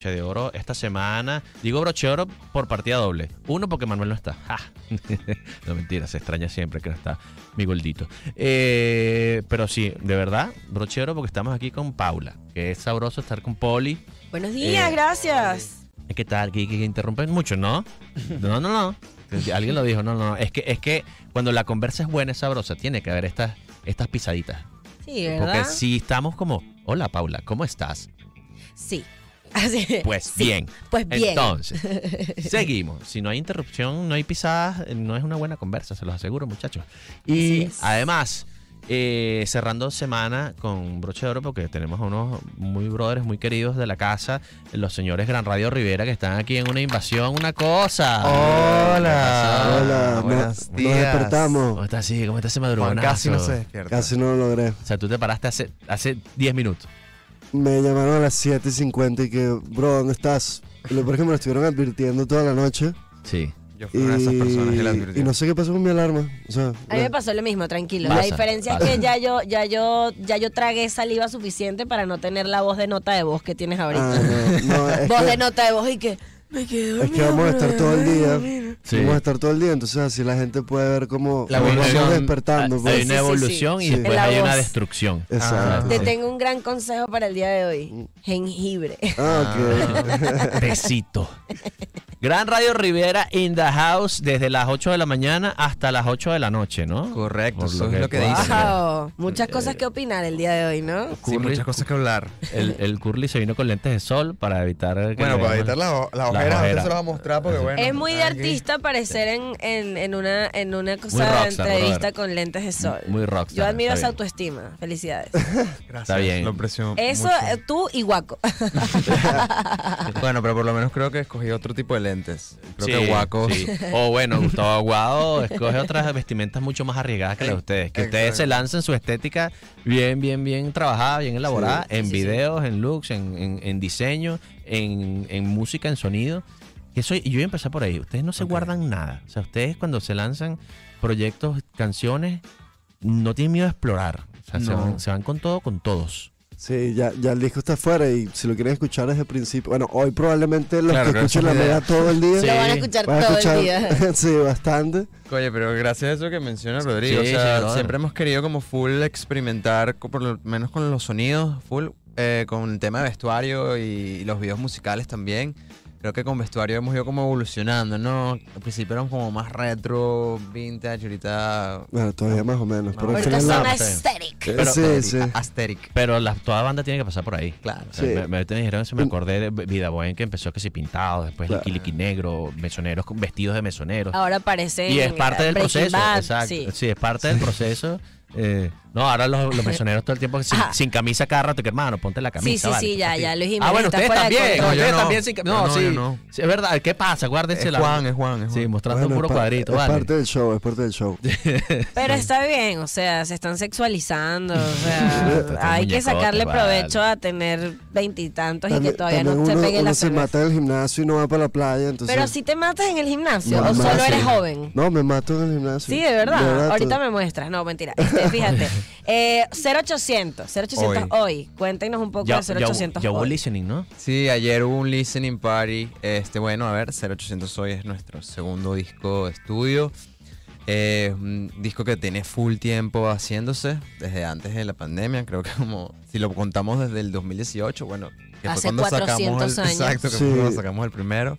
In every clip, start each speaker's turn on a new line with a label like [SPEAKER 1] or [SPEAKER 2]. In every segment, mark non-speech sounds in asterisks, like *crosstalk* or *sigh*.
[SPEAKER 1] broche de oro esta semana. Digo broche de oro por partida doble. Uno porque Manuel no está. ¡Ja! *laughs* no mentira, se extraña siempre que no está mi goldito. Eh, pero sí, de verdad, broche de oro porque estamos aquí con Paula. Que es sabroso estar con Poli.
[SPEAKER 2] Buenos días,
[SPEAKER 1] Eh,
[SPEAKER 2] gracias.
[SPEAKER 1] ¿Qué tal? ¿Que, que- que interrumpen mucho? No, no, no, no. Alguien lo dijo, no, no, no. Es que, es que cuando la conversa es buena, es sabrosa, tiene que haber estas, estas pisaditas.
[SPEAKER 2] Sí,
[SPEAKER 1] Porque
[SPEAKER 2] ¿verdad?
[SPEAKER 1] si estamos como, hola Paula, ¿cómo estás?
[SPEAKER 2] Sí. *laughs* Así es.
[SPEAKER 1] Pues
[SPEAKER 2] Sí,
[SPEAKER 1] bien.
[SPEAKER 2] Pues *laughs* bien.
[SPEAKER 1] Entonces, seguimos. Si no hay interrupción, no hay pisadas, eh, no es una buena conversa, se los aseguro, muchachos.
[SPEAKER 2] Así
[SPEAKER 1] Y
[SPEAKER 2] es.
[SPEAKER 1] además, eh, cerrando semana con broche de oro, porque tenemos a unos muy brothers, muy queridos de la casa, los señores Gran Radio Rivera, que están aquí en una invasión, una cosa.
[SPEAKER 3] Hola.
[SPEAKER 1] ¿Qué pasó?
[SPEAKER 3] Ah,
[SPEAKER 4] Hola, no-
[SPEAKER 3] buenos
[SPEAKER 4] nos,
[SPEAKER 3] días.
[SPEAKER 1] ¿Cómo
[SPEAKER 4] despertamos.
[SPEAKER 1] estás? Sí, ¿cómo estás ese
[SPEAKER 3] Juan
[SPEAKER 1] madrugonazo?
[SPEAKER 3] casi no se despierta.
[SPEAKER 4] Casi no lo logré.
[SPEAKER 1] O sea, tú te paraste hace hace 10 minutos.
[SPEAKER 4] Me llamaron a las 7.50 y que, bro, ¿dónde estás? Y lo peor es que me lo estuvieron advirtiendo toda la noche.
[SPEAKER 1] Sí.
[SPEAKER 3] Yo
[SPEAKER 4] Y,
[SPEAKER 3] fui una de esas personas que la
[SPEAKER 4] y
[SPEAKER 3] advirtió.
[SPEAKER 4] no sé qué pasó con mi alarma. O sea, eh,
[SPEAKER 2] A mí me
[SPEAKER 4] la-
[SPEAKER 2] pasó lo mismo, tranquilo.
[SPEAKER 1] Pasa,
[SPEAKER 2] la diferencia
[SPEAKER 1] pasa.
[SPEAKER 2] es que ya yo, ya yo, ya yo tragué saliva suficiente para no tener la voz de nota de voz que tienes ahorita.
[SPEAKER 4] Ah, no,
[SPEAKER 2] *laughs*
[SPEAKER 4] no, es,
[SPEAKER 2] voz de
[SPEAKER 4] que,
[SPEAKER 2] nota de voz y que me quedo.
[SPEAKER 4] es que vamos a estar todo el día.
[SPEAKER 1] Sí.
[SPEAKER 4] Vamos a estar todo el día. Entonces así la gente puede ver cómo
[SPEAKER 1] La
[SPEAKER 4] cómo nos
[SPEAKER 1] evolución-
[SPEAKER 4] vamos
[SPEAKER 3] Ah,
[SPEAKER 4] despertando.
[SPEAKER 1] Hay
[SPEAKER 4] pues.
[SPEAKER 1] una
[SPEAKER 2] sí, sí.
[SPEAKER 1] evolución y
[SPEAKER 4] Sí.
[SPEAKER 1] después
[SPEAKER 2] La
[SPEAKER 1] hay una
[SPEAKER 2] voz.
[SPEAKER 1] destrucción.
[SPEAKER 4] Exacto.
[SPEAKER 2] Te tengo un gran consejo para el día de
[SPEAKER 1] Mm.
[SPEAKER 2] hoy.
[SPEAKER 1] *laughs*
[SPEAKER 2] Jengibre.
[SPEAKER 4] Ah, ok.
[SPEAKER 1] Besito. Gran Radio Rivera in the house desde las 8 de la mañana hasta las 8 de la noche, ¿no?
[SPEAKER 3] Correcto,
[SPEAKER 1] Por
[SPEAKER 3] eso es lo que
[SPEAKER 1] puedo
[SPEAKER 3] dicen.
[SPEAKER 1] creer.
[SPEAKER 2] Wow.
[SPEAKER 1] Eh,
[SPEAKER 2] Muchas cosas que opinar el día de hoy, ¿no?
[SPEAKER 3] Sí, muchas cosas que hablar.
[SPEAKER 1] El, el curly se vino con lentes de sol para evitar que le
[SPEAKER 3] Bueno, para
[SPEAKER 1] veamos-
[SPEAKER 3] evitar las ho- las
[SPEAKER 1] Las
[SPEAKER 3] ojeras,
[SPEAKER 1] ojeras.
[SPEAKER 3] ahorita se las voy a mostrar porque bueno.
[SPEAKER 2] Es muy de
[SPEAKER 3] ¿saben qué?
[SPEAKER 2] artista aparecer en, en, en una, en una cosa
[SPEAKER 1] Muy
[SPEAKER 2] de
[SPEAKER 1] rockstar,
[SPEAKER 2] entrevista
[SPEAKER 1] brother.
[SPEAKER 2] con lentes de sol.
[SPEAKER 1] Muy rockstar,
[SPEAKER 2] Yo
[SPEAKER 1] está
[SPEAKER 2] admiro esa
[SPEAKER 1] bien.
[SPEAKER 2] autoestima.
[SPEAKER 1] *laughs*
[SPEAKER 2] Felicidades.
[SPEAKER 3] Gracias.
[SPEAKER 1] Está bien.
[SPEAKER 3] Lo impresionó.
[SPEAKER 2] Eso, eh, tú y Guaco. *laughs*
[SPEAKER 3] mucho. Bueno, pero por lo menos creo que escogí otro tipo de lentes. Creo
[SPEAKER 1] Sí,
[SPEAKER 3] que guaco.
[SPEAKER 1] sí. O bueno, Gustavo Aguado escoge otras vestimentas mucho más arriesgadas que las de ustedes. Que ustedes
[SPEAKER 3] Exacto.
[SPEAKER 1] se lancen su estética bien, bien, bien trabajada, bien elaborada, en
[SPEAKER 2] Sí, sí, sí.
[SPEAKER 1] videos, en looks, en, en- en diseño, en, en música, en sonido. Que Eso, y yo voy a empezar por ahí. Ustedes no se
[SPEAKER 3] Ok.
[SPEAKER 1] guardan nada. O sea, ustedes cuando se lanzan proyectos, canciones, no tienen miedo a explorar. O sea, se,
[SPEAKER 3] No.
[SPEAKER 1] van, se van con todo, con todos.
[SPEAKER 4] Sí, ya, ya el disco está afuera y si lo quieren escuchar desde el principio. Bueno, hoy probablemente los
[SPEAKER 3] Claro,
[SPEAKER 4] que
[SPEAKER 3] creo que
[SPEAKER 4] escuchen
[SPEAKER 3] esa
[SPEAKER 4] la
[SPEAKER 3] es la idea.
[SPEAKER 4] mega todo el día.
[SPEAKER 1] Sí.
[SPEAKER 2] Lo van a escuchar
[SPEAKER 4] van a
[SPEAKER 2] todo
[SPEAKER 4] escuchar-
[SPEAKER 2] el *laughs* día.
[SPEAKER 4] *laughs* sí, bastante.
[SPEAKER 3] Oye, pero gracias a eso que menciona Rodrigo.
[SPEAKER 1] Sí,
[SPEAKER 3] o sea,
[SPEAKER 1] sí, brother.
[SPEAKER 3] siempre hemos querido como full experimentar, co- por lo menos con los sonidos, full eh, con el tema de vestuario y los videos musicales también. Creo que con vestuario hemos ido como evolucionando, ¿no? Al principio éramos como más retro, vintage, ahorita...
[SPEAKER 4] Bueno, todavía más o menos. Pero al
[SPEAKER 2] Ahorita
[SPEAKER 4] final
[SPEAKER 2] son
[SPEAKER 4] la-
[SPEAKER 2] aesthetic.
[SPEAKER 4] Eh, sí, sí.
[SPEAKER 1] ah,
[SPEAKER 3] Asteric.
[SPEAKER 1] Pero las, toda banda tiene que pasar por ahí.
[SPEAKER 3] Claro.
[SPEAKER 1] O sea,
[SPEAKER 4] Sí.
[SPEAKER 1] me, me, ahorita me dijeron eso, me acordé de Vida Buen que empezó que si pintado, después el
[SPEAKER 4] Claro.
[SPEAKER 1] Liqui Negro, mesoneros con vestidos de mesoneros.
[SPEAKER 2] Ahora parece.
[SPEAKER 1] y es parte del proceso. exacto. Sí.
[SPEAKER 2] Sí.
[SPEAKER 1] es parte del proceso. Eh, no, ahora los, los mesoneros todo el tiempo sin,
[SPEAKER 2] Ajá.
[SPEAKER 1] sin camisa cada rato, que hermano, ponte la camisa.
[SPEAKER 2] Sí, sí,
[SPEAKER 1] vale,
[SPEAKER 2] sí,
[SPEAKER 1] qué
[SPEAKER 2] ya,
[SPEAKER 1] fastidio.
[SPEAKER 2] ya, Luis Jiménez
[SPEAKER 1] Ah, bueno,
[SPEAKER 2] está
[SPEAKER 1] ustedes
[SPEAKER 2] fuera de
[SPEAKER 1] también.
[SPEAKER 2] control.
[SPEAKER 1] ustedes
[SPEAKER 3] No, yo
[SPEAKER 1] también
[SPEAKER 3] no.
[SPEAKER 1] sin
[SPEAKER 3] Yo
[SPEAKER 1] camisa. No,
[SPEAKER 3] no,
[SPEAKER 1] sí.
[SPEAKER 3] yo no.
[SPEAKER 1] sí, Es verdad, ¿qué pasa? Guárdense
[SPEAKER 3] Es
[SPEAKER 1] la.
[SPEAKER 3] Juan, es Juan, es Juan.
[SPEAKER 1] Sí, mostrando
[SPEAKER 4] Bueno,
[SPEAKER 1] un puro
[SPEAKER 4] pa-
[SPEAKER 1] cuadrito,
[SPEAKER 4] es
[SPEAKER 1] vale.
[SPEAKER 4] parte del show, es parte del show.
[SPEAKER 2] Pues Pero está bien, o sea, se están sexualizando. O
[SPEAKER 1] *laughs*
[SPEAKER 2] sea, hay que
[SPEAKER 1] muñecote,
[SPEAKER 2] sacarle
[SPEAKER 1] vale.
[SPEAKER 2] provecho a tener veintitantos y que
[SPEAKER 4] También-
[SPEAKER 2] todavía no
[SPEAKER 4] también
[SPEAKER 2] se
[SPEAKER 4] uno,
[SPEAKER 2] pegue
[SPEAKER 4] uno
[SPEAKER 2] la
[SPEAKER 4] se
[SPEAKER 2] cerveza.
[SPEAKER 4] mata en el gimnasio y no va para la playa, entonces...
[SPEAKER 2] Pero si te matas en el gimnasio
[SPEAKER 4] Me
[SPEAKER 2] o solo
[SPEAKER 4] mato.
[SPEAKER 2] eres joven.
[SPEAKER 4] No, me mato en el gimnasio.
[SPEAKER 2] Sí, de verdad. Ahorita
[SPEAKER 4] todo.
[SPEAKER 2] me muestras. No, mentira. Este,
[SPEAKER 1] *laughs*
[SPEAKER 2] fíjate. Eh, 0800. 0800 hoy. Cuéntenos un poco
[SPEAKER 1] Ya,
[SPEAKER 2] de 0800
[SPEAKER 1] ya hubo
[SPEAKER 2] hoy.
[SPEAKER 1] listening, ¿no?
[SPEAKER 3] Sí, ayer hubo un listening party. Este, bueno, a ver, 0800 hoy es nuestro segundo disco de estudio. Eh, es un disco que tiene full tiempo haciéndose desde antes de la pandemia. Creo que como si lo contamos desde el 2018, bueno, que
[SPEAKER 2] Hace
[SPEAKER 3] fue cuando sacamos
[SPEAKER 2] 400
[SPEAKER 3] el,
[SPEAKER 2] años.
[SPEAKER 3] exacto, que
[SPEAKER 4] Sí.
[SPEAKER 3] fue cuando sacamos el primero.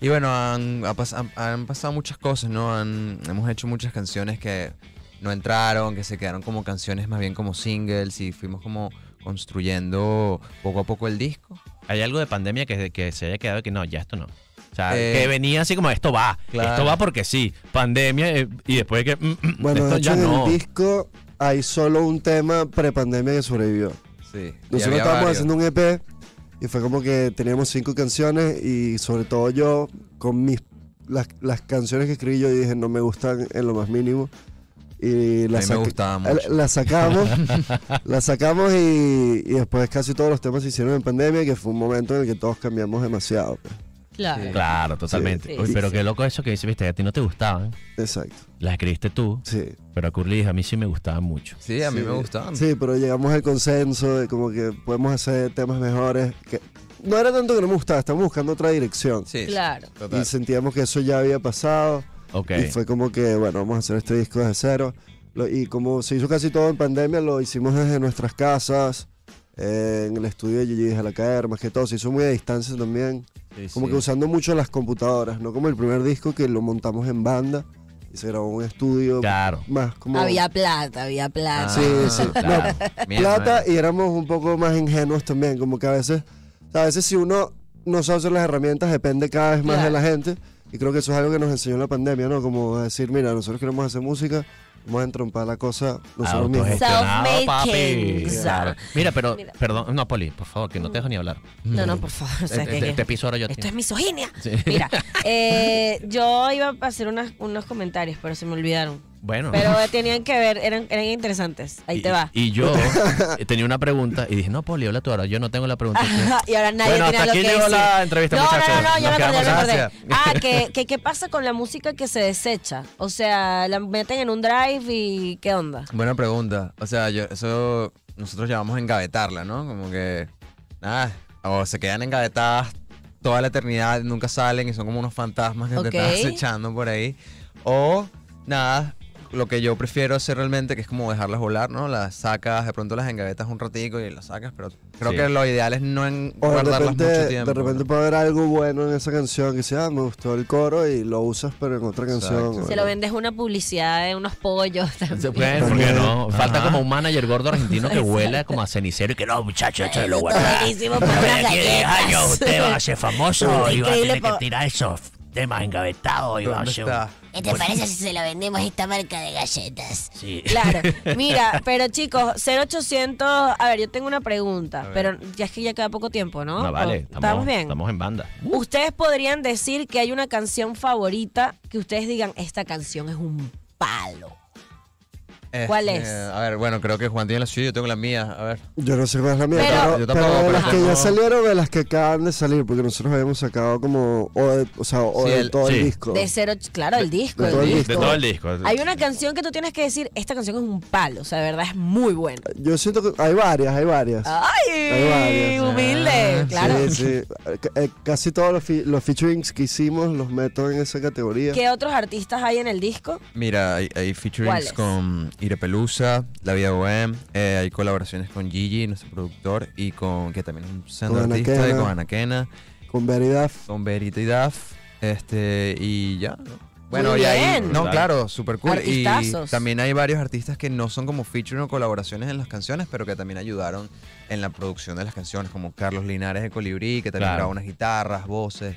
[SPEAKER 3] Y bueno, han, ha pas- han- han pasado muchas cosas, ¿no? Han- hemos hecho muchas canciones que no entraron, que se quedaron como canciones más bien como singles y fuimos como construyendo poco a poco el disco.
[SPEAKER 1] Hay algo de pandemia que, que se haya quedado que no, ya esto no. O sea,
[SPEAKER 3] Eh,
[SPEAKER 1] que venía así como esto va,
[SPEAKER 3] claro.
[SPEAKER 1] esto va porque sí, pandemia eh, y después que mm, mm,
[SPEAKER 4] Bueno,
[SPEAKER 1] esto
[SPEAKER 4] de hecho,
[SPEAKER 1] ya
[SPEAKER 4] en
[SPEAKER 1] no.
[SPEAKER 4] el disco hay solo un tema prepandemia que sobrevivió.
[SPEAKER 3] Sí. y
[SPEAKER 4] Nosotros
[SPEAKER 3] había
[SPEAKER 4] estábamos
[SPEAKER 3] varios.
[SPEAKER 4] haciendo un EP y fue como que teníamos cinco canciones y sobre todo yo con mis las, las canciones que escribí yo dije no me gustan en lo más mínimo y
[SPEAKER 3] A mí
[SPEAKER 4] las
[SPEAKER 3] me
[SPEAKER 4] saca-
[SPEAKER 3] gustaba
[SPEAKER 4] eh,
[SPEAKER 3] mucho. *laughs*
[SPEAKER 4] las sacamos las sacamos y, y después casi todos los temas se hicieron en pandemia que fue un momento en el que todos cambiamos demasiado pues.
[SPEAKER 2] Claro.
[SPEAKER 1] Claro, totalmente.
[SPEAKER 2] Sí,
[SPEAKER 1] Uy,
[SPEAKER 2] sí,
[SPEAKER 1] pero
[SPEAKER 2] sí.
[SPEAKER 1] qué loco eso que dice, viste, a ti no te gustaban,
[SPEAKER 4] exacto
[SPEAKER 1] las escribiste tú,
[SPEAKER 4] sí
[SPEAKER 1] pero a Curly dijo, a mí sí me gustaban mucho.
[SPEAKER 3] Sí, a mí
[SPEAKER 4] Sí.
[SPEAKER 3] me gustaban.
[SPEAKER 4] sí pero llegamos al consenso de como que podemos hacer temas mejores que no era tanto que no me gustaba, estábamos buscando otra dirección.
[SPEAKER 3] Sí, sí,
[SPEAKER 2] Claro.
[SPEAKER 3] total.
[SPEAKER 4] Y sentíamos que eso ya había pasado.
[SPEAKER 1] Ok.
[SPEAKER 4] Y fue como que, bueno, vamos a hacer este disco desde cero. Lo- y como se hizo casi todo en pandemia, lo hicimos desde nuestras casas, eh, en el estudio de Gigi de la caer, más que todo. Se hizo muy a distancia también.
[SPEAKER 3] Sí,
[SPEAKER 4] Como
[SPEAKER 3] sí.
[SPEAKER 4] que usando mucho las computadoras, no como el primer disco que lo montamos en banda y se grabó en un estudio.
[SPEAKER 1] Claro.
[SPEAKER 4] Más como.
[SPEAKER 2] Había plata, había plata.
[SPEAKER 1] Ah.
[SPEAKER 4] Sí, sí.
[SPEAKER 1] claro.
[SPEAKER 4] *laughs* No, pues,
[SPEAKER 3] Bien,
[SPEAKER 4] plata
[SPEAKER 3] bueno.
[SPEAKER 4] y éramos un poco más ingenuos también, como que a veces, a veces si uno no sabe usar las herramientas, depende cada vez más de
[SPEAKER 2] Claro.
[SPEAKER 4] la gente. Y creo que eso es algo que nos enseñó la pandemia, ¿no? Como decir, mira, nosotros queremos hacer música, vamos a entrompar la cosa nosotros mismos.
[SPEAKER 1] Autogestionado,
[SPEAKER 2] Self-made
[SPEAKER 1] papi.
[SPEAKER 2] kings.
[SPEAKER 1] Claro. Mira, pero,
[SPEAKER 2] Mira.
[SPEAKER 1] perdón, no, Poli, por favor, que no te dejo ni hablar.
[SPEAKER 2] No, no, por favor. o sea,
[SPEAKER 1] Este-
[SPEAKER 2] que-
[SPEAKER 1] este piso ahora yo.
[SPEAKER 2] Esto es misoginia.
[SPEAKER 1] Sí. *laughs*
[SPEAKER 2] Mira, eh, yo iba a hacer unas- unos comentarios, pero se me olvidaron.
[SPEAKER 1] Bueno.
[SPEAKER 2] Pero tenían que ver, eran, eran interesantes. Ahí
[SPEAKER 1] Y-
[SPEAKER 2] te va.
[SPEAKER 1] Y,
[SPEAKER 4] *laughs*
[SPEAKER 1] yo tenía una pregunta y dije, no, Poli, habla tú ahora. Yo no tengo la pregunta.
[SPEAKER 2] *laughs* y ahora nadie
[SPEAKER 1] Bueno,
[SPEAKER 2] tiene
[SPEAKER 1] hasta
[SPEAKER 2] lo
[SPEAKER 1] aquí
[SPEAKER 2] que
[SPEAKER 1] llegó
[SPEAKER 2] decir.
[SPEAKER 1] la entrevista,
[SPEAKER 2] no,
[SPEAKER 1] muchachos.
[SPEAKER 2] No, no, no,
[SPEAKER 1] Nos
[SPEAKER 2] ya me acordé,
[SPEAKER 1] quedamos
[SPEAKER 2] ya me acordé.
[SPEAKER 1] así.
[SPEAKER 2] Ah, que,
[SPEAKER 1] *laughs*
[SPEAKER 2] que qué pasa con la música que se desecha. O sea, la meten en un drive y ¿qué onda?
[SPEAKER 3] Buena pregunta. O sea, yo, eso nosotros llamamos engavetarla, ¿no? Como que, nada, o se quedan engavetadas toda la eternidad, nunca salen y son como unos fantasmas que
[SPEAKER 2] Ok.
[SPEAKER 3] te están acechando por ahí. O, nada, lo que yo prefiero hacer realmente, que es como dejarlas volar, ¿no? Las sacas, de pronto las engavetas un ratico y las sacas, pero creo
[SPEAKER 1] Sí.
[SPEAKER 3] que lo ideal es no en-
[SPEAKER 4] O de
[SPEAKER 3] guardarlas
[SPEAKER 4] repente,
[SPEAKER 3] mucho tiempo.
[SPEAKER 4] de repente
[SPEAKER 3] ¿no?
[SPEAKER 4] puede haber algo bueno en esa canción que sea, "Ah, me gustó el coro y lo usas, pero en otra canción.
[SPEAKER 3] Exacto.
[SPEAKER 2] Se lo vendes una publicidad de unos pollos
[SPEAKER 1] *laughs* Se
[SPEAKER 2] también.
[SPEAKER 1] puede, pues, ¿por qué no? Falta como un manager gordo argentino
[SPEAKER 2] *laughs*
[SPEAKER 1] que huela como a cenicero y que no, muchachos, esto es lo bueno.
[SPEAKER 2] Buenísimo por unas
[SPEAKER 1] De aquí a 10 años
[SPEAKER 2] galletas.
[SPEAKER 1] usted va a ser famoso
[SPEAKER 2] Está
[SPEAKER 1] y va a
[SPEAKER 2] increíble
[SPEAKER 1] tener que
[SPEAKER 2] por-
[SPEAKER 1] tirar esos temas engavetados y va a
[SPEAKER 3] ¿Dónde
[SPEAKER 1] ser. un-
[SPEAKER 3] está?
[SPEAKER 5] ¿Qué te parece si se lo vendemos a esta marca de galletas?
[SPEAKER 1] Sí.
[SPEAKER 2] Claro. Mira, pero chicos, 0800. A ver, yo tengo una pregunta,
[SPEAKER 3] ver.
[SPEAKER 2] pero ya es que ya queda poco tiempo,
[SPEAKER 1] *laughs*
[SPEAKER 2] ¿no? Oh,
[SPEAKER 1] No, vale,
[SPEAKER 2] ¿Estamos,
[SPEAKER 1] estamos
[SPEAKER 2] bien?
[SPEAKER 1] Estamos en banda.
[SPEAKER 2] Ustedes podrían decir que hay una canción favorita que ustedes digan, esta canción es un palo. ¿Cuál
[SPEAKER 3] Este,
[SPEAKER 2] es?
[SPEAKER 3] A ver, bueno, creo que Juan tiene la suya, yo tengo la mía. A ver.
[SPEAKER 4] Yo no sé cuál es la mía,
[SPEAKER 2] Pero-
[SPEAKER 4] pero,
[SPEAKER 3] Yo tampoco,
[SPEAKER 4] pero de
[SPEAKER 3] pero
[SPEAKER 4] las que ya
[SPEAKER 3] tampoco.
[SPEAKER 4] salieron, de las que acaban de salir, porque nosotros habíamos sacado como, o, de- o sea, o
[SPEAKER 3] Sí,
[SPEAKER 4] de
[SPEAKER 3] el-
[SPEAKER 4] todo
[SPEAKER 1] sí.
[SPEAKER 4] el disco.
[SPEAKER 2] De cero, claro, el disco.
[SPEAKER 4] de todo el
[SPEAKER 2] el
[SPEAKER 4] disco.
[SPEAKER 2] disco.
[SPEAKER 1] disco.
[SPEAKER 2] Hay una canción que tú tienes que decir, esta canción es un palo, o sea, de verdad es muy buena.
[SPEAKER 4] Yo siento que hay varias, hay varias.
[SPEAKER 2] ¡Ay!
[SPEAKER 4] Hay varias.
[SPEAKER 2] Humilde,
[SPEAKER 3] Ah,
[SPEAKER 2] Ah, claro.
[SPEAKER 4] Sí, sí. Eh, ca- eh, casi todos los, fi- los featurings que hicimos los meto en esa categoría.
[SPEAKER 2] ¿Qué otros artistas hay en el disco?
[SPEAKER 3] Mira, hay, hay
[SPEAKER 2] ¿Cuáles?
[SPEAKER 3] featurings con Irepelusa, La Vida Bohem, eh, hay colaboraciones con Gigi, nuestro productor, y con, que también es un sendo
[SPEAKER 4] Con
[SPEAKER 3] artista, y
[SPEAKER 4] Anaquena.
[SPEAKER 3] con Anaquena,
[SPEAKER 4] Con Veridad.
[SPEAKER 3] con Verita y Daf, este, y ya. ¿no?
[SPEAKER 2] Muy
[SPEAKER 3] y hay-
[SPEAKER 2] bien.
[SPEAKER 3] no, claro, súper cool. Y
[SPEAKER 2] Artistazos.
[SPEAKER 3] también hay varios artistas que no son como featuring o colaboraciones en las canciones, pero que también ayudaron en la producción de las canciones, como Carlos Linares de Colibrí, que también
[SPEAKER 1] Claro.
[SPEAKER 3] grabó unas guitarras, voces.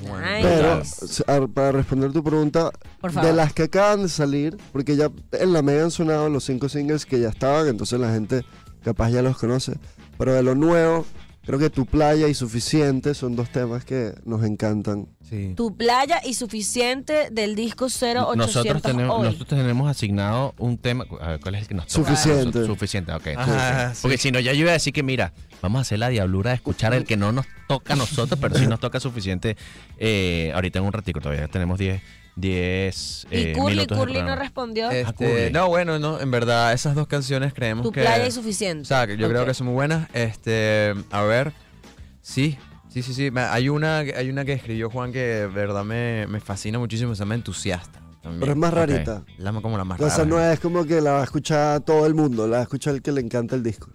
[SPEAKER 2] Nice.
[SPEAKER 4] Pero,
[SPEAKER 2] Nice.
[SPEAKER 4] s- a- para responder tu pregunta,
[SPEAKER 2] Por favor.
[SPEAKER 4] de las que acaban de salir, porque ya en la media han sonado los cinco singles que ya estaban, entonces la gente capaz ya los conoce. Pero de lo nuevo, creo que Tu Playa y Suficiente son dos temas que nos encantan.
[SPEAKER 3] Sí.
[SPEAKER 2] Tu playa y suficiente del disco 0800
[SPEAKER 1] Nosotros tenemos,
[SPEAKER 2] hoy.
[SPEAKER 1] nosotros tenemos asignado un tema. A ver, ¿cuál es el que nos toca?
[SPEAKER 4] Suficiente.
[SPEAKER 1] Su- Suficiente, ok.
[SPEAKER 3] Ajá, sí.
[SPEAKER 1] Porque si no, ya yo iba a decir que, mira, vamos a hacer la diablura de escuchar el que no nos toca a nosotros, pero sí nos toca suficiente. eh, ahorita en un ratico todavía tenemos 10 10
[SPEAKER 2] y
[SPEAKER 1] eh,
[SPEAKER 2] Curly,
[SPEAKER 1] minutos de
[SPEAKER 2] Curly no
[SPEAKER 1] programa.
[SPEAKER 2] respondió.
[SPEAKER 1] Ah,
[SPEAKER 3] Este,
[SPEAKER 1] cool.
[SPEAKER 3] no, bueno, no, en verdad, esas dos canciones creemos
[SPEAKER 2] tu
[SPEAKER 3] que.
[SPEAKER 2] playa y suficiente.
[SPEAKER 3] O sea, que yo creo
[SPEAKER 2] Ok.
[SPEAKER 3] que son muy buenas. Este, a ver. Sí, sí, sí, sí. me- Hay una, hay una que escribió Juan que de verdad me, me fascina muchísimo. Se me entusiasta. también.
[SPEAKER 4] Pero es más
[SPEAKER 1] Ok.
[SPEAKER 4] rarita.
[SPEAKER 3] La como la Mm, más
[SPEAKER 4] O sea,
[SPEAKER 3] rara.
[SPEAKER 4] no es como que la va a escuchar todo el mundo, la va a escuchar el que le encanta el disco.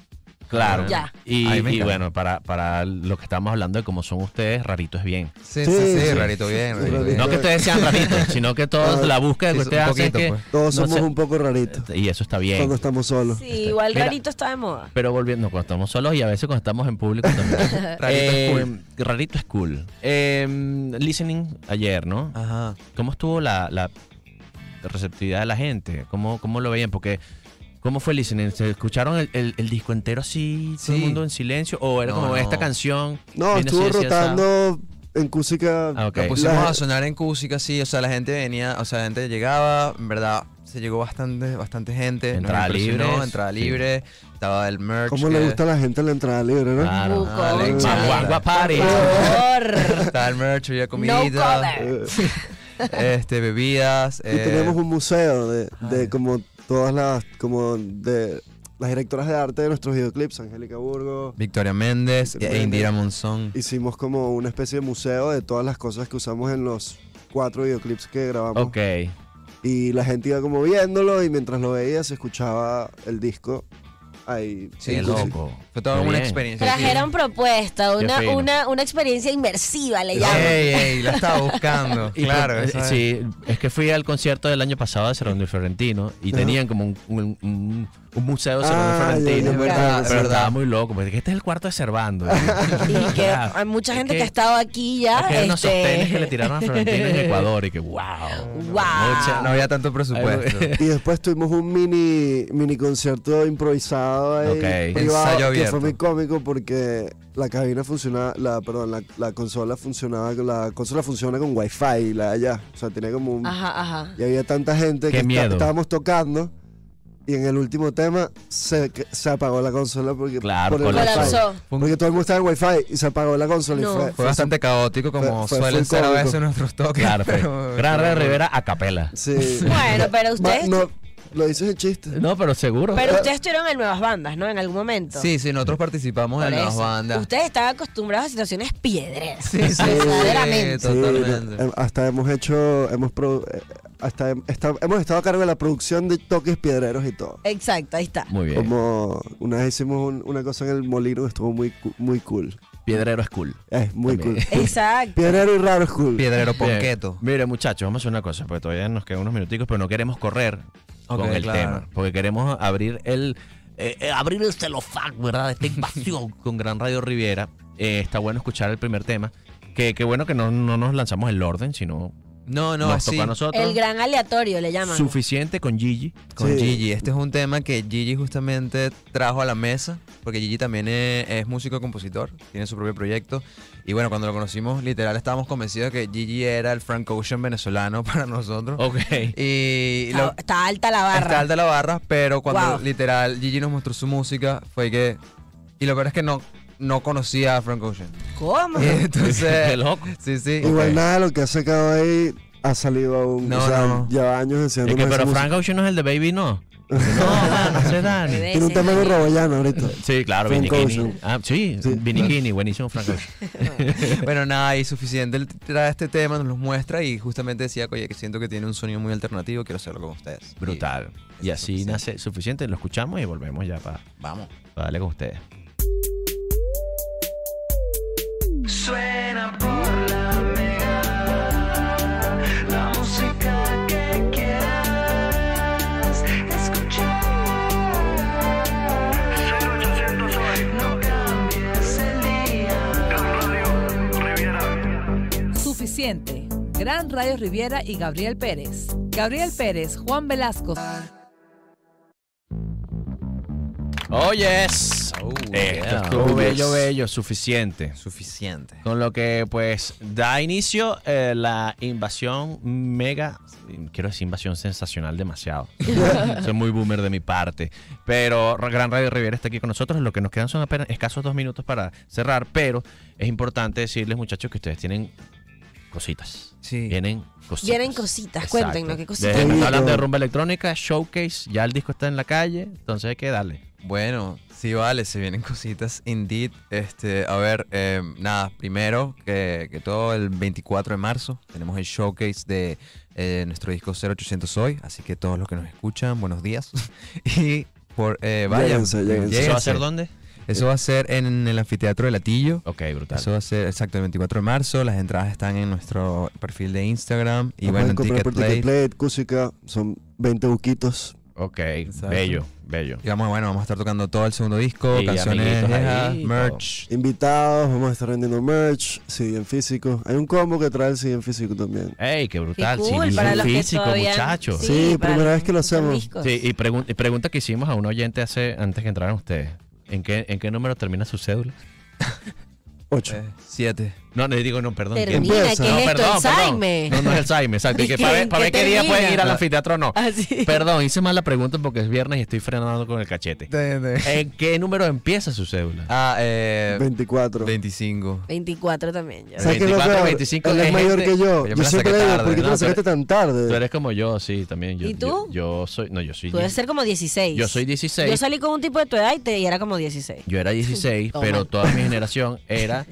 [SPEAKER 1] Claro.
[SPEAKER 2] Ya.
[SPEAKER 1] Y,
[SPEAKER 3] Ay, me
[SPEAKER 1] y
[SPEAKER 3] encanta.
[SPEAKER 1] bueno, para, para lo que estamos hablando de cómo son ustedes, rarito es bien.
[SPEAKER 3] Sí, sí, sí,
[SPEAKER 4] Sí, sí.
[SPEAKER 3] rarito bien,
[SPEAKER 4] Sí,
[SPEAKER 3] rarito bien.
[SPEAKER 4] rarito.
[SPEAKER 1] No que ustedes sean raritos, sino que
[SPEAKER 3] *laughs*
[SPEAKER 1] todos la búsqueda
[SPEAKER 3] Sí,
[SPEAKER 1] que
[SPEAKER 3] un
[SPEAKER 1] ustedes hacen es
[SPEAKER 3] poquito,
[SPEAKER 1] que-
[SPEAKER 3] pues.
[SPEAKER 4] Todos
[SPEAKER 1] no
[SPEAKER 4] somos
[SPEAKER 1] sé-
[SPEAKER 4] un poco raritos
[SPEAKER 1] Y eso está bien.
[SPEAKER 4] cuando estamos solos.
[SPEAKER 2] Sí, igual
[SPEAKER 1] Mira.
[SPEAKER 2] Garito está de moda.
[SPEAKER 1] Pero volviendo, cuando estamos solos y a veces cuando estamos en público
[SPEAKER 3] *laughs*
[SPEAKER 1] también.
[SPEAKER 3] Rarito es
[SPEAKER 1] Eh,
[SPEAKER 3] cool.
[SPEAKER 1] Rarito es cool. Eh, listening ayer, ¿no?
[SPEAKER 3] Ajá.
[SPEAKER 1] ¿Cómo estuvo la, la receptividad de la gente? ¿Cómo, cómo lo veían? Porque, ¿cómo fue el listening? ¿Se escucharon el, el- el disco entero así, todo el
[SPEAKER 3] Sí.
[SPEAKER 1] mundo en silencio? ¿O era
[SPEAKER 3] No,
[SPEAKER 1] como
[SPEAKER 3] no.
[SPEAKER 1] esta canción?
[SPEAKER 4] No,
[SPEAKER 1] viene
[SPEAKER 4] estuvo
[SPEAKER 1] así, así, asá?
[SPEAKER 4] rotando en Cusica.
[SPEAKER 1] Ah, ok.
[SPEAKER 3] La pusimos
[SPEAKER 4] La-
[SPEAKER 3] a sonar en Cusica, sí. O sea, la gente venía, o sea, la gente llegaba, en verdad. Se llegó bastante, bastante gente. nos
[SPEAKER 1] Entrada
[SPEAKER 3] impresionó,
[SPEAKER 1] libre,
[SPEAKER 3] Entrada
[SPEAKER 1] sí.
[SPEAKER 3] libre. Estaba el merch.
[SPEAKER 4] ¿Cómo le
[SPEAKER 3] que-
[SPEAKER 4] gusta a la gente la entrada libre, no?
[SPEAKER 1] Claro.
[SPEAKER 2] Buco.
[SPEAKER 3] Ah, le
[SPEAKER 1] Más
[SPEAKER 3] encanta.
[SPEAKER 1] guagua party.
[SPEAKER 3] *laughs*
[SPEAKER 2] Por-
[SPEAKER 3] Estaba el merch, había
[SPEAKER 2] No
[SPEAKER 3] comida,
[SPEAKER 2] cover.
[SPEAKER 4] Eh,
[SPEAKER 3] este, bebidas.
[SPEAKER 4] Y
[SPEAKER 3] eh,
[SPEAKER 4] tenemos un museo de, de
[SPEAKER 3] Ay.
[SPEAKER 4] como todas las, como de las directoras de arte de nuestros videoclips, Angélica Burgo.
[SPEAKER 3] Victoria Méndez
[SPEAKER 4] Victoria
[SPEAKER 3] e Indira
[SPEAKER 4] Méndez.
[SPEAKER 3] Monzón.
[SPEAKER 4] Hicimos como una especie de museo de todas las cosas que usamos en los cuatro videoclips que grabamos.
[SPEAKER 1] Ok.
[SPEAKER 4] Y la gente iba como viéndolo y mientras lo veía se escuchaba el disco ahí.
[SPEAKER 3] Sí,
[SPEAKER 1] Qué
[SPEAKER 4] inclusive.
[SPEAKER 1] loco.
[SPEAKER 3] Fue toda
[SPEAKER 1] Qué
[SPEAKER 3] una
[SPEAKER 1] bien.
[SPEAKER 3] experiencia.
[SPEAKER 2] Trajeron propuesta,
[SPEAKER 1] Qué
[SPEAKER 2] una,
[SPEAKER 1] fino.
[SPEAKER 2] una, una experiencia inmersiva, le
[SPEAKER 3] Ey,
[SPEAKER 2] llaman.
[SPEAKER 3] ey, la estaba buscando.
[SPEAKER 1] *laughs* Y
[SPEAKER 3] claro,
[SPEAKER 1] con- eh,
[SPEAKER 3] eso es.
[SPEAKER 1] sí, es que fui al concierto del año pasado de Serrano y Florentino y
[SPEAKER 4] Ajá.
[SPEAKER 1] tenían como un, un- un- un museo de Serrano
[SPEAKER 4] Ah,
[SPEAKER 1] y
[SPEAKER 4] ya,
[SPEAKER 1] Florentino.
[SPEAKER 4] ya, es verdad,
[SPEAKER 1] pero
[SPEAKER 4] es verdad.
[SPEAKER 1] estaba muy loco, porque este es el cuarto de Servando.
[SPEAKER 3] *laughs*
[SPEAKER 2] Y que hay mucha gente que, ha estado aquí ya.
[SPEAKER 1] Es que hay unos
[SPEAKER 2] este,
[SPEAKER 1] sostenes que le tiraron a Florentino en Ecuador y que wow.
[SPEAKER 2] Guau.
[SPEAKER 1] Mucha-
[SPEAKER 3] No había tanto presupuesto. *laughs*
[SPEAKER 1] Ay,
[SPEAKER 4] Y después tuvimos un mini, mini concierto improvisado ahí,
[SPEAKER 1] Ok.
[SPEAKER 4] privado,
[SPEAKER 3] Ensayo
[SPEAKER 4] que
[SPEAKER 3] abierto.
[SPEAKER 4] fue muy cómico porque la cabina funcionaba, la, perdón, la, la consola funcionaba, la consola funciona con wifi, la de allá. O sea, tenía como un...
[SPEAKER 2] Ajá, ajá.
[SPEAKER 4] Y había tanta gente
[SPEAKER 1] Qué
[SPEAKER 4] que está-
[SPEAKER 1] miedo.
[SPEAKER 4] estábamos tocando y en el último tema se, que- se apagó la consola porque,
[SPEAKER 1] Claro,
[SPEAKER 4] por el wifi.
[SPEAKER 2] Colapsó.
[SPEAKER 4] Porque todo el mundo estaba en wifi y se apagó la consola
[SPEAKER 2] No.
[SPEAKER 4] y fue...
[SPEAKER 3] Fue bastante caótico como
[SPEAKER 4] fue- fue
[SPEAKER 3] suelen
[SPEAKER 4] full
[SPEAKER 3] ser a
[SPEAKER 4] cómico.
[SPEAKER 3] veces nuestros toques.
[SPEAKER 1] Claro,
[SPEAKER 3] *laughs*
[SPEAKER 1] fue.
[SPEAKER 3] pero-
[SPEAKER 1] Gran Red
[SPEAKER 3] pero-
[SPEAKER 1] Rivera a capela.
[SPEAKER 4] Sí.
[SPEAKER 2] Bueno,
[SPEAKER 3] *laughs*
[SPEAKER 2] pero
[SPEAKER 4] Ma-
[SPEAKER 2] ustedes,
[SPEAKER 4] no, lo dices de chiste.
[SPEAKER 1] No, pero seguro.
[SPEAKER 2] pero ustedes estuvieron en nuevas bandas, ¿no? En algún momento.
[SPEAKER 3] Sí, sí, nosotros participamos
[SPEAKER 2] Por
[SPEAKER 3] en las
[SPEAKER 2] eso.
[SPEAKER 3] bandas.
[SPEAKER 2] Ustedes están acostumbrados a situaciones piedreras.
[SPEAKER 3] Sí, sí,
[SPEAKER 2] Verdaderamente.
[SPEAKER 4] Sí,
[SPEAKER 3] totalmente.
[SPEAKER 4] no, eh, hasta hemos hecho, hemos produ- eh, hasta hem- esta- hemos estado a cargo de la producción de toques piedreros y todo.
[SPEAKER 2] Exacto,
[SPEAKER 1] *laughs*
[SPEAKER 2] ahí está.
[SPEAKER 1] Muy bien.
[SPEAKER 4] Como una vez hicimos un- una cosa en el molino que estuvo muy, cu- muy cool.
[SPEAKER 1] Piedrero es cool.
[SPEAKER 4] Es muy
[SPEAKER 1] También.
[SPEAKER 4] cool.
[SPEAKER 2] Exacto.
[SPEAKER 4] *laughs* Piedrero y raro es cool.
[SPEAKER 3] Piedrero
[SPEAKER 1] Bien.
[SPEAKER 3] Ponqueto.
[SPEAKER 1] Mire, muchachos, vamos a hacer una cosa, porque todavía nos quedan unos minuticos, pero no queremos correr
[SPEAKER 3] Ok,
[SPEAKER 1] con el
[SPEAKER 3] claro.
[SPEAKER 1] tema, porque queremos abrir el eh, eh, abrir el celofán, ¿verdad? Esta invasión con Gran Radio Riviera. Eh, está bueno escuchar el primer tema. Que, que bueno que no, no nos lanzamos el orden, sino
[SPEAKER 3] No, no,
[SPEAKER 1] nos
[SPEAKER 3] así.
[SPEAKER 1] tocó a nosotros.
[SPEAKER 2] El gran aleatorio le llaman.
[SPEAKER 1] Suficiente con Gigi.
[SPEAKER 3] Con
[SPEAKER 4] Sí.
[SPEAKER 3] Gigi. Este es un tema que Gigi justamente trajo a la mesa, porque Gigi también es, es músico compositor, tiene su propio proyecto. Y bueno, cuando lo conocimos, literal estábamos convencidos de que Gigi era el Frank Ocean venezolano *laughs* para nosotros.
[SPEAKER 1] Ok.
[SPEAKER 3] Y
[SPEAKER 2] Está,
[SPEAKER 3] lo,
[SPEAKER 2] está alta la barra.
[SPEAKER 3] está alta la barra, pero cuando
[SPEAKER 2] Wow.
[SPEAKER 3] literal Gigi nos mostró su música, fue que. Y lo peor es que no, no conocía a Frank
[SPEAKER 1] *laughs*
[SPEAKER 3] Ocean. *laughs*
[SPEAKER 2] ¿Cómo?
[SPEAKER 3] Y
[SPEAKER 1] Qué
[SPEAKER 3] entonces.
[SPEAKER 1] loco.
[SPEAKER 3] sí, sí.
[SPEAKER 4] Igual nada de lo que ha sacado ahí ha salido aún.
[SPEAKER 3] No,
[SPEAKER 4] o sea,
[SPEAKER 3] no.
[SPEAKER 4] lleva años enseñando.
[SPEAKER 1] Es que, pero Frank Ocean no es el de Baby, no. No, no sé, Dani.
[SPEAKER 2] Bebé,
[SPEAKER 4] Tiene un
[SPEAKER 2] sí,
[SPEAKER 4] tema con
[SPEAKER 2] marica.
[SPEAKER 4] Roboyano ahorita.
[SPEAKER 1] Sí, claro,
[SPEAKER 4] Frank
[SPEAKER 1] Viniquini.
[SPEAKER 4] Ocean.
[SPEAKER 1] Ah, sí,
[SPEAKER 4] Sí.
[SPEAKER 1] Viniquini, buenísimo Frank Ocean.
[SPEAKER 3] *laughs* Bueno, nada, y suficiente. Él trae este tema, nos los muestra y justamente decía, oye, que siento que tiene un sonido muy alternativo, quiero hacerlo con ustedes.
[SPEAKER 1] Brutal. Y,
[SPEAKER 3] Y es
[SPEAKER 1] así
[SPEAKER 3] suficiente.
[SPEAKER 1] nace suficiente, lo escuchamos y volvemos ya para
[SPEAKER 3] Y vamos.
[SPEAKER 1] darle con ustedes.
[SPEAKER 6] Suena por la mega, la música que quieras escuchar. 0800 hoy, no cambies el día. Radio Riviera.
[SPEAKER 7] Suficiente. Gran Radio Riviera y Gabriel Pérez. Gabriel Pérez, Juan Velasco.
[SPEAKER 1] Oyes. Esto estuvo
[SPEAKER 4] Oh, yes.
[SPEAKER 1] bello, bello, suficiente.
[SPEAKER 3] Eh, Suficiente.
[SPEAKER 1] Con lo que pues da inicio eh, la invasión mega, quiero decir invasión sensacional demasiado. Soy muy boomer de mi parte. Pero Gran Radio Riviera está aquí con nosotros. Lo que nos quedan son apenas escasos dos minutos para cerrar. Pero es importante decirles muchachos que ustedes tienen cositas.
[SPEAKER 3] Sí.
[SPEAKER 1] Vienen cositas.
[SPEAKER 2] Vienen cositas,
[SPEAKER 1] Exacto.
[SPEAKER 2] cuéntenos qué cositas.
[SPEAKER 1] Desde que está
[SPEAKER 4] Bonito.
[SPEAKER 1] hablando de rumba electrónica, showcase, ya el disco está en la calle, entonces hay que darle.
[SPEAKER 3] Bueno, sí, vale, se vienen cositas, indeed. Este, a ver, eh, nada, primero que, que todo, el 24 de marzo tenemos el showcase de eh, nuestro disco 0800 hoy, así que todos los que nos escuchan, buenos días. *laughs* y por, eh, vayan,
[SPEAKER 4] Lléguense,
[SPEAKER 1] ¿Eso
[SPEAKER 4] lléguense.
[SPEAKER 1] va a
[SPEAKER 3] lléguense.
[SPEAKER 1] ser dónde?
[SPEAKER 3] Eso va a ser en el anfiteatro de Latillo.
[SPEAKER 1] Ok, brutal.
[SPEAKER 3] Eso va a ser exacto el 24 de marzo. Las entradas están en nuestro perfil de Instagram y
[SPEAKER 4] Lo
[SPEAKER 3] bueno,
[SPEAKER 4] pueden
[SPEAKER 3] en
[SPEAKER 4] comprar por
[SPEAKER 3] Ticketplate.
[SPEAKER 4] Ticketplate, Cusica, son 20 buquitos.
[SPEAKER 1] ok,
[SPEAKER 3] Exacto.
[SPEAKER 1] bello, bello.
[SPEAKER 3] Y vamos, bueno, vamos a estar tocando todo el segundo disco,
[SPEAKER 1] Y
[SPEAKER 3] canciones,
[SPEAKER 1] amiguitos ahí,
[SPEAKER 3] viejas,
[SPEAKER 1] y
[SPEAKER 3] merch.
[SPEAKER 4] Invitados, vamos a estar vendiendo merch, CD en físico. Hay un combo que trae el CD en físico también.
[SPEAKER 1] ¡Ey, qué brutal!
[SPEAKER 2] Qué
[SPEAKER 1] Sí,
[SPEAKER 2] cool,
[SPEAKER 1] sí,
[SPEAKER 2] para
[SPEAKER 1] sí.
[SPEAKER 2] los que
[SPEAKER 1] físico,
[SPEAKER 2] todavía-
[SPEAKER 1] muchachos. Sí,
[SPEAKER 4] Sí,
[SPEAKER 2] para
[SPEAKER 4] primera vez que lo hacemos.
[SPEAKER 2] discos.
[SPEAKER 1] y, pregun- y pregunta que hicimos a un oyente hace antes que entraran ustedes. ¿En qué, ¿En qué número termina su cédula?
[SPEAKER 4] 8.
[SPEAKER 3] Eh, siete.
[SPEAKER 1] No, no, digo, no, perdón. ¿qué?
[SPEAKER 2] Termina, ¿qué es
[SPEAKER 4] Empieza.
[SPEAKER 1] No,
[SPEAKER 2] esto?
[SPEAKER 1] perdón,
[SPEAKER 2] Alzheimer. *laughs*
[SPEAKER 1] perdón. No, no es Alzheimer, exacto. Y que
[SPEAKER 2] ¿Qué-
[SPEAKER 1] para ver, para
[SPEAKER 2] qué
[SPEAKER 1] ver qué día
[SPEAKER 2] termina? Ah,
[SPEAKER 1] pueden ir al anfiteatro o no.
[SPEAKER 2] Así.
[SPEAKER 1] Perdón, hice mal la pregunta porque es viernes y estoy frenando con el cachete.
[SPEAKER 3] De- de-
[SPEAKER 1] ¿En qué número empieza su cédula?
[SPEAKER 3] Ah, eh,
[SPEAKER 4] 24.
[SPEAKER 3] 25.
[SPEAKER 2] 24 también. ya.
[SPEAKER 1] Sí.
[SPEAKER 4] ¿Sabes qué es lo
[SPEAKER 1] 24,
[SPEAKER 4] peor?
[SPEAKER 1] 25
[SPEAKER 4] Él es,
[SPEAKER 1] es
[SPEAKER 4] mayor
[SPEAKER 1] eh, gente-
[SPEAKER 4] que yo.
[SPEAKER 3] Yo me
[SPEAKER 4] Yo,
[SPEAKER 3] la
[SPEAKER 4] siempre
[SPEAKER 3] saqué
[SPEAKER 4] le digo,
[SPEAKER 3] tarde,
[SPEAKER 4] ¿por qué te
[SPEAKER 1] ¿no?
[SPEAKER 4] la sacaste
[SPEAKER 1] Pero-
[SPEAKER 4] tan tarde?
[SPEAKER 1] Tú eres como yo, sí, también. Yo,
[SPEAKER 2] ¿Y tú?
[SPEAKER 1] Yo, yo soy, no, yo soy.
[SPEAKER 2] Tú debes ser como 16.
[SPEAKER 1] Yo soy 16.
[SPEAKER 2] Yo salí con un tipo de tu edad y, te, y era como 16.
[SPEAKER 1] Yo era 16,
[SPEAKER 2] Toma.
[SPEAKER 1] pero toda mi generación era.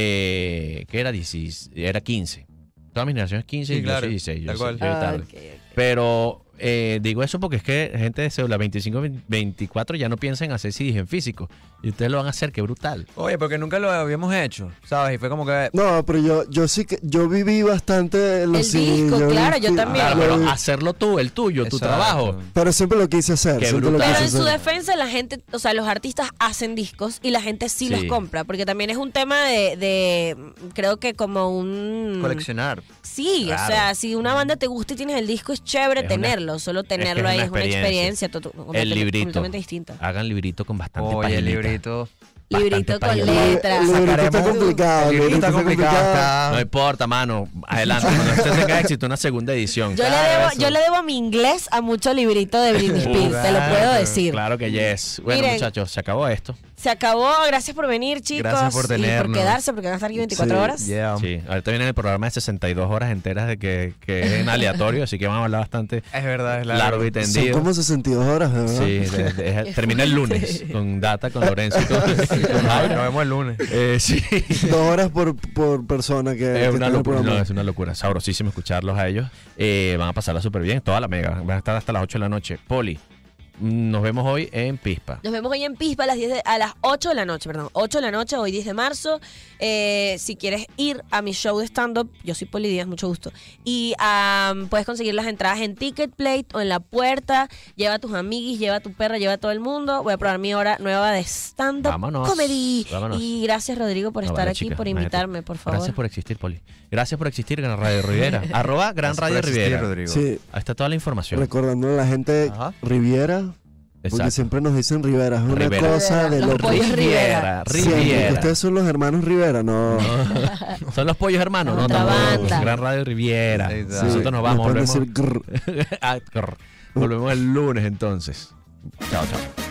[SPEAKER 1] Eh, ¿Qué era? 16, era 15. Toda mi generación es 15 y
[SPEAKER 3] Sí,
[SPEAKER 1] claro,
[SPEAKER 3] claro,
[SPEAKER 1] 16. Yo
[SPEAKER 3] tal
[SPEAKER 1] soy-
[SPEAKER 3] cual.
[SPEAKER 1] yo soy tarde.
[SPEAKER 2] Ah, ok, ok.
[SPEAKER 1] Pero eh, digo eso porque es que gente de cédula 25, 24 ya no piensa en hacer CDs en físico. Y ustedes lo van a hacer, qué brutal.
[SPEAKER 3] Oye, porque nunca lo habíamos hecho, ¿sabes? Y fue como que.
[SPEAKER 4] No, pero yo, yo sí que yo viví bastante los
[SPEAKER 2] El disco,
[SPEAKER 4] yo-
[SPEAKER 2] claro, yo
[SPEAKER 4] sí,
[SPEAKER 2] también.
[SPEAKER 1] Claro,
[SPEAKER 4] lo
[SPEAKER 1] Ah, pero
[SPEAKER 4] vi.
[SPEAKER 1] hacerlo tú, el tuyo, tu
[SPEAKER 3] Exacto.
[SPEAKER 1] trabajo.
[SPEAKER 4] Pero siempre lo quise hacer.
[SPEAKER 1] Qué
[SPEAKER 4] siempre lo
[SPEAKER 1] brutal.
[SPEAKER 2] Pero
[SPEAKER 4] quise
[SPEAKER 2] en su
[SPEAKER 4] hacer.
[SPEAKER 2] defensa la gente, o sea, los artistas hacen discos y la gente sí,
[SPEAKER 1] Sí.
[SPEAKER 2] los compra, porque también es un tema de, de, creo que como un...
[SPEAKER 3] Coleccionar.
[SPEAKER 2] Sí, o
[SPEAKER 1] Claro.
[SPEAKER 2] sea, si una banda te gusta y tienes el disco es chévere
[SPEAKER 1] Es una-
[SPEAKER 2] tenerlo, solo
[SPEAKER 1] que es
[SPEAKER 2] tenerlo
[SPEAKER 1] una
[SPEAKER 2] ahí es una
[SPEAKER 1] experiencia.
[SPEAKER 2] experiencia totu-
[SPEAKER 1] El
[SPEAKER 2] completamente-
[SPEAKER 1] librito. Ah,
[SPEAKER 2] completamente distinta.
[SPEAKER 1] Hagan librito con bastante
[SPEAKER 3] Oye, el
[SPEAKER 1] paginita.
[SPEAKER 3] librito.
[SPEAKER 1] Bastante
[SPEAKER 2] Librito con
[SPEAKER 1] paginita.
[SPEAKER 4] Le-
[SPEAKER 2] letras.
[SPEAKER 4] le- El librito está
[SPEAKER 3] Sacaremos-
[SPEAKER 4] complicado,
[SPEAKER 3] El librito está complicado.
[SPEAKER 1] No importa, mano. Adelante. Cuando usted tenga éxito, una segunda edición.
[SPEAKER 2] Yo,
[SPEAKER 3] Claro,
[SPEAKER 2] le debo,
[SPEAKER 3] eso.
[SPEAKER 2] yo le debo mi inglés a mucho librito
[SPEAKER 1] *laughs*
[SPEAKER 2] de Britney Spears, te lo puedo
[SPEAKER 3] Claro,
[SPEAKER 2] decir.
[SPEAKER 1] Claro que yes. Bueno,
[SPEAKER 2] Miren.
[SPEAKER 1] muchachos, se acabó esto.
[SPEAKER 2] Se acabó, gracias por venir, chicos.
[SPEAKER 3] Gracias por
[SPEAKER 2] y por
[SPEAKER 3] tenernos.
[SPEAKER 2] quedarse, porque van a estar aquí 24
[SPEAKER 4] Sí,
[SPEAKER 2] horas.
[SPEAKER 3] Yeah.
[SPEAKER 1] Sí, ahorita viene el programa de 62 horas enteras de que, que es en aleatorio, así que vamos a hablar bastante
[SPEAKER 3] *laughs* Es verdad, es
[SPEAKER 1] largo y
[SPEAKER 4] Son
[SPEAKER 1] tendido.
[SPEAKER 4] como 62 horas, ¿verdad?
[SPEAKER 1] Sí, de- de-
[SPEAKER 2] *laughs*
[SPEAKER 1] termina el lunes con Data, con Lorenzo y con,
[SPEAKER 3] *laughs*
[SPEAKER 1] con
[SPEAKER 3] Nos
[SPEAKER 1] Jairo.
[SPEAKER 3] vemos el lunes.
[SPEAKER 1] Eh, sí.
[SPEAKER 4] Dos horas por, por persona que, que
[SPEAKER 1] Eh, Es
[SPEAKER 4] está
[SPEAKER 1] una
[SPEAKER 4] en el
[SPEAKER 1] locura, no,
[SPEAKER 4] programa.
[SPEAKER 1] es una locura. Sabrosísimo escucharlos a ellos. Eh, van a pasarla súper bien, toda la mega. Van a estar hasta las 8 de la noche. Poli, mm, nos vemos hoy en Pispa.
[SPEAKER 2] Nos vemos hoy en Pispa a las, 10 de- a las 8 de la noche, perdón, 8 de la noche, hoy 10 de marzo. Eh, si quieres ir a mi show de stand-up, yo soy Poli Díaz, mucho gusto. Y am, puedes conseguir las entradas en Ticketplate o en la puerta. Lleva a tus amiguis, lleva a tu perra, lleva a todo el mundo. Voy a probar mi hora nueva de stand-up
[SPEAKER 1] Vámonos,
[SPEAKER 2] comedy.
[SPEAKER 1] vámonos.
[SPEAKER 2] Y gracias, Rodrigo, por
[SPEAKER 1] No,
[SPEAKER 2] estar
[SPEAKER 1] Ah, vale,
[SPEAKER 2] aquí,
[SPEAKER 1] chica,
[SPEAKER 2] por
[SPEAKER 1] imagínate.
[SPEAKER 2] invitarme, por favor.
[SPEAKER 1] Gracias por existir, Poli. Gracias por existir, Gran
[SPEAKER 2] *laughs*
[SPEAKER 1] Radio Riviera. Arroba Gran
[SPEAKER 3] Gracias por
[SPEAKER 1] Radio
[SPEAKER 3] asistir,
[SPEAKER 1] Riviera.
[SPEAKER 3] Rodrigo.
[SPEAKER 4] Sí,
[SPEAKER 1] Ahí está toda la información.
[SPEAKER 4] recordando a la gente
[SPEAKER 3] Ajá.
[SPEAKER 4] Riviera, porque
[SPEAKER 1] Exacto.
[SPEAKER 4] siempre nos dicen Rivera, es una
[SPEAKER 1] Rivera.
[SPEAKER 4] cosa de
[SPEAKER 2] Los
[SPEAKER 4] loco.
[SPEAKER 2] pollos
[SPEAKER 1] Riviera,
[SPEAKER 2] Rivera.
[SPEAKER 4] Siempre, que
[SPEAKER 1] Riviera.
[SPEAKER 4] ustedes son los hermanos Rivera, no.
[SPEAKER 1] Son los pollos hermanos, no,
[SPEAKER 2] Otra
[SPEAKER 1] tampoco.
[SPEAKER 2] banda.
[SPEAKER 1] Gran Radio Riviera.
[SPEAKER 3] Sí,
[SPEAKER 4] Sí,
[SPEAKER 1] Nosotros nos vamos,
[SPEAKER 4] pueden
[SPEAKER 1] *laughs* volvemos.
[SPEAKER 4] decir grr.
[SPEAKER 1] Ah, corre. volvemos el lunes entonces. Chao, chao.